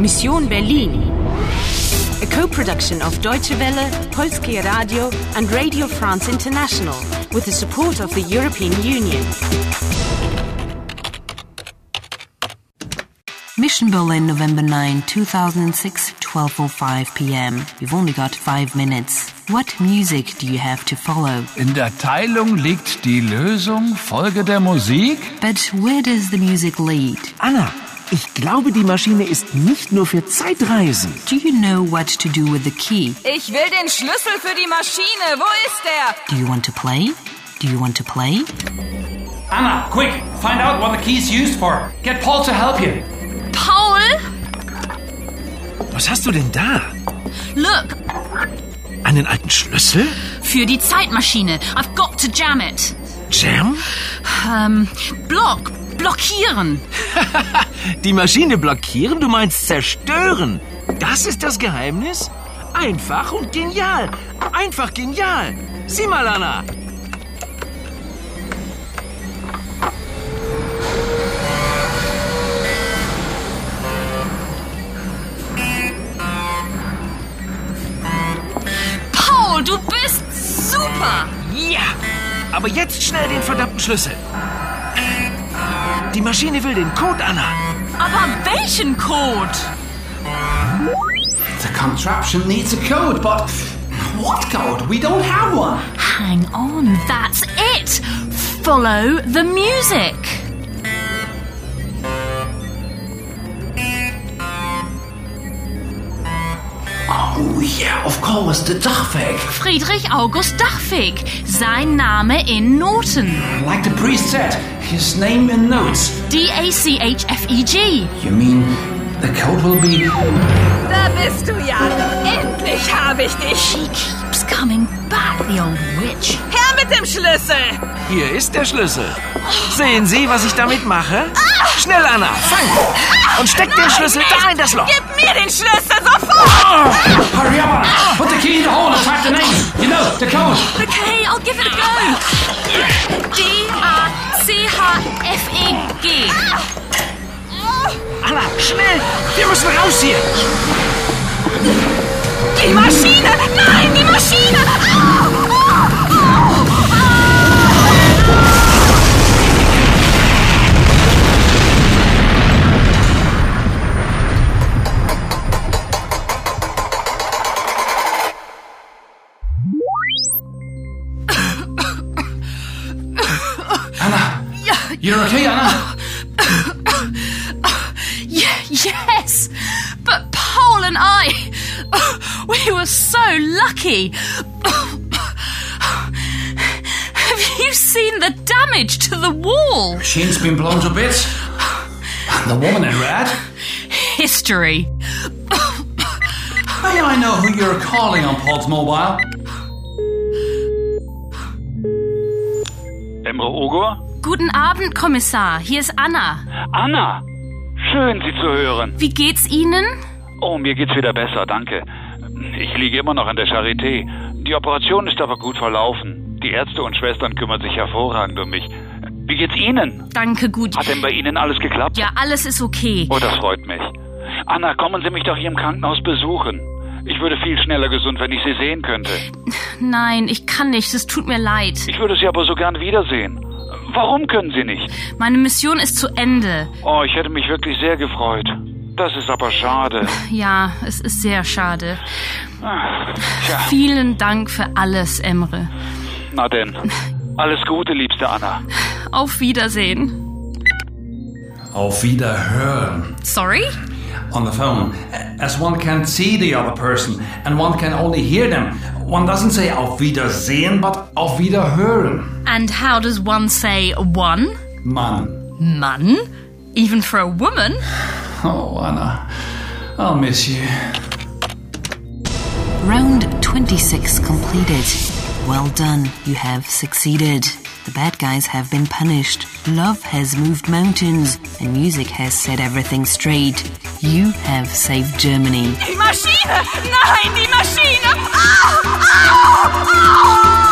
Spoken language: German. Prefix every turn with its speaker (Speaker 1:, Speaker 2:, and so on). Speaker 1: Mission Berlin. A co-production of Deutsche Welle, Polskie Radio and Radio France International with the support of the European Union.
Speaker 2: Mission Berlin, November 9, 2006, 12.05 pm. We've only got five minutes. What music do you have to follow?
Speaker 3: In der Teilung liegt die Lösung. Folge der Musik.
Speaker 2: But where does the music lead?
Speaker 4: Anna, ich glaube, die Maschine ist nicht nur für Zeitreisen.
Speaker 2: Do you know what to do with the key?
Speaker 5: Ich will den Schlüssel für die Maschine. Wo ist er?
Speaker 2: Do you want to play? Do you want to play?
Speaker 6: Anna, quick! Find out what the key's used for. Get Paul to help you.
Speaker 7: Paul,
Speaker 4: Was hast du denn da?
Speaker 7: look,
Speaker 4: Einen alten Schlüssel?
Speaker 7: für die Zeitmaschine. I've got to jam it.
Speaker 4: Jam?
Speaker 7: Ähm, block, blockieren.
Speaker 4: Die Maschine blockieren? Du meinst zerstören? Das ist das Geheimnis? Einfach und genial. Einfach genial. Sieh mal, Anna.
Speaker 7: Paul, du bist super.
Speaker 4: Ja. Aber jetzt schnell den verdammten Schlüssel. Die Maschine will den Code, Anna.
Speaker 7: Aber welchen Code?
Speaker 6: The contraption needs a code, but what code? We don't have one.
Speaker 7: Hang on, that's it. Follow the music.
Speaker 6: Oh yeah, of course, the Dachweg.
Speaker 7: Friedrich August Dachweg, sein Name in Noten.
Speaker 6: Like the priest said, his name in notes.
Speaker 7: E D-A-C-H-F-E-G.
Speaker 6: You mean the code will be
Speaker 5: Da bist du ja. Endlich habe ich dich.
Speaker 7: She keeps coming back, the old witch.
Speaker 5: Her mit dem Schlüssel.
Speaker 4: Hier ist der Schlüssel. Sehen Sie, was ich damit mache? Schnell, Anna, fang! Und steck den Schlüssel da in das Loch.
Speaker 5: Gib mir den Schlüssel sofort.
Speaker 6: Hurry up! Anna. Put the key in the hole and type the name. You know, the code.
Speaker 7: Okay, I'll give it a go. D-A-C-H-F-E-G.
Speaker 4: Oh, Anna, schnell! Wir müssen raus hier!
Speaker 5: Die Maschine. Nein, die Maschine. Au, au, au.
Speaker 6: You're okay, Anna?
Speaker 7: Yeah, yes. But Paul and I, we were so lucky. Have you seen the damage to the wall?
Speaker 6: Machine's been blown to bits. The woman in red.
Speaker 7: History.
Speaker 6: Now I know who you're calling on Paul's mobile.
Speaker 8: Emre Ogur?
Speaker 7: Guten Abend, Kommissar. Hier ist Anna.
Speaker 8: Anna! Schön, Sie zu hören.
Speaker 7: Wie geht's Ihnen?
Speaker 8: Oh, mir geht's wieder besser, danke. Ich liege immer noch an der Charité. Die Operation ist aber gut verlaufen. Die Ärzte und Schwestern kümmern sich hervorragend um mich. Wie geht's Ihnen?
Speaker 7: Danke, gut.
Speaker 8: Hat denn bei Ihnen alles geklappt?
Speaker 7: Ja, alles ist okay.
Speaker 8: Oh, das freut mich. Anna, kommen Sie mich doch hier im Krankenhaus besuchen. Ich würde viel schneller gesund, wenn ich Sie sehen könnte.
Speaker 7: Nein, ich kann nicht. Es tut mir leid.
Speaker 8: Ich würde Sie aber so gern wiedersehen. Warum können Sie nicht?
Speaker 7: Meine Mission ist zu Ende.
Speaker 8: Oh, ich hätte mich wirklich sehr gefreut. Das ist aber schade.
Speaker 7: Ja, es ist sehr schade.
Speaker 8: Ah, Tja.
Speaker 7: Vielen Dank für alles, Emre.
Speaker 8: Na denn. Alles Gute, liebste Anna.
Speaker 7: Auf Wiedersehen.
Speaker 6: Auf Wiederhören.
Speaker 7: Sorry?
Speaker 6: on the phone, as one can't see the other person and one can only hear them. One doesn't say auf Wiedersehen, but auf Wiederhören.
Speaker 7: And how does one say one?
Speaker 6: Man.
Speaker 7: Mann? Even for a woman?
Speaker 6: Oh, Anna, I'll miss you.
Speaker 2: Round 26 completed. Well done, you have succeeded. The bad guys have been punished. Love has moved mountains, and music has set everything straight. You have saved Germany.
Speaker 5: Die Maschine. Nein, die Maschine. Au, au, au.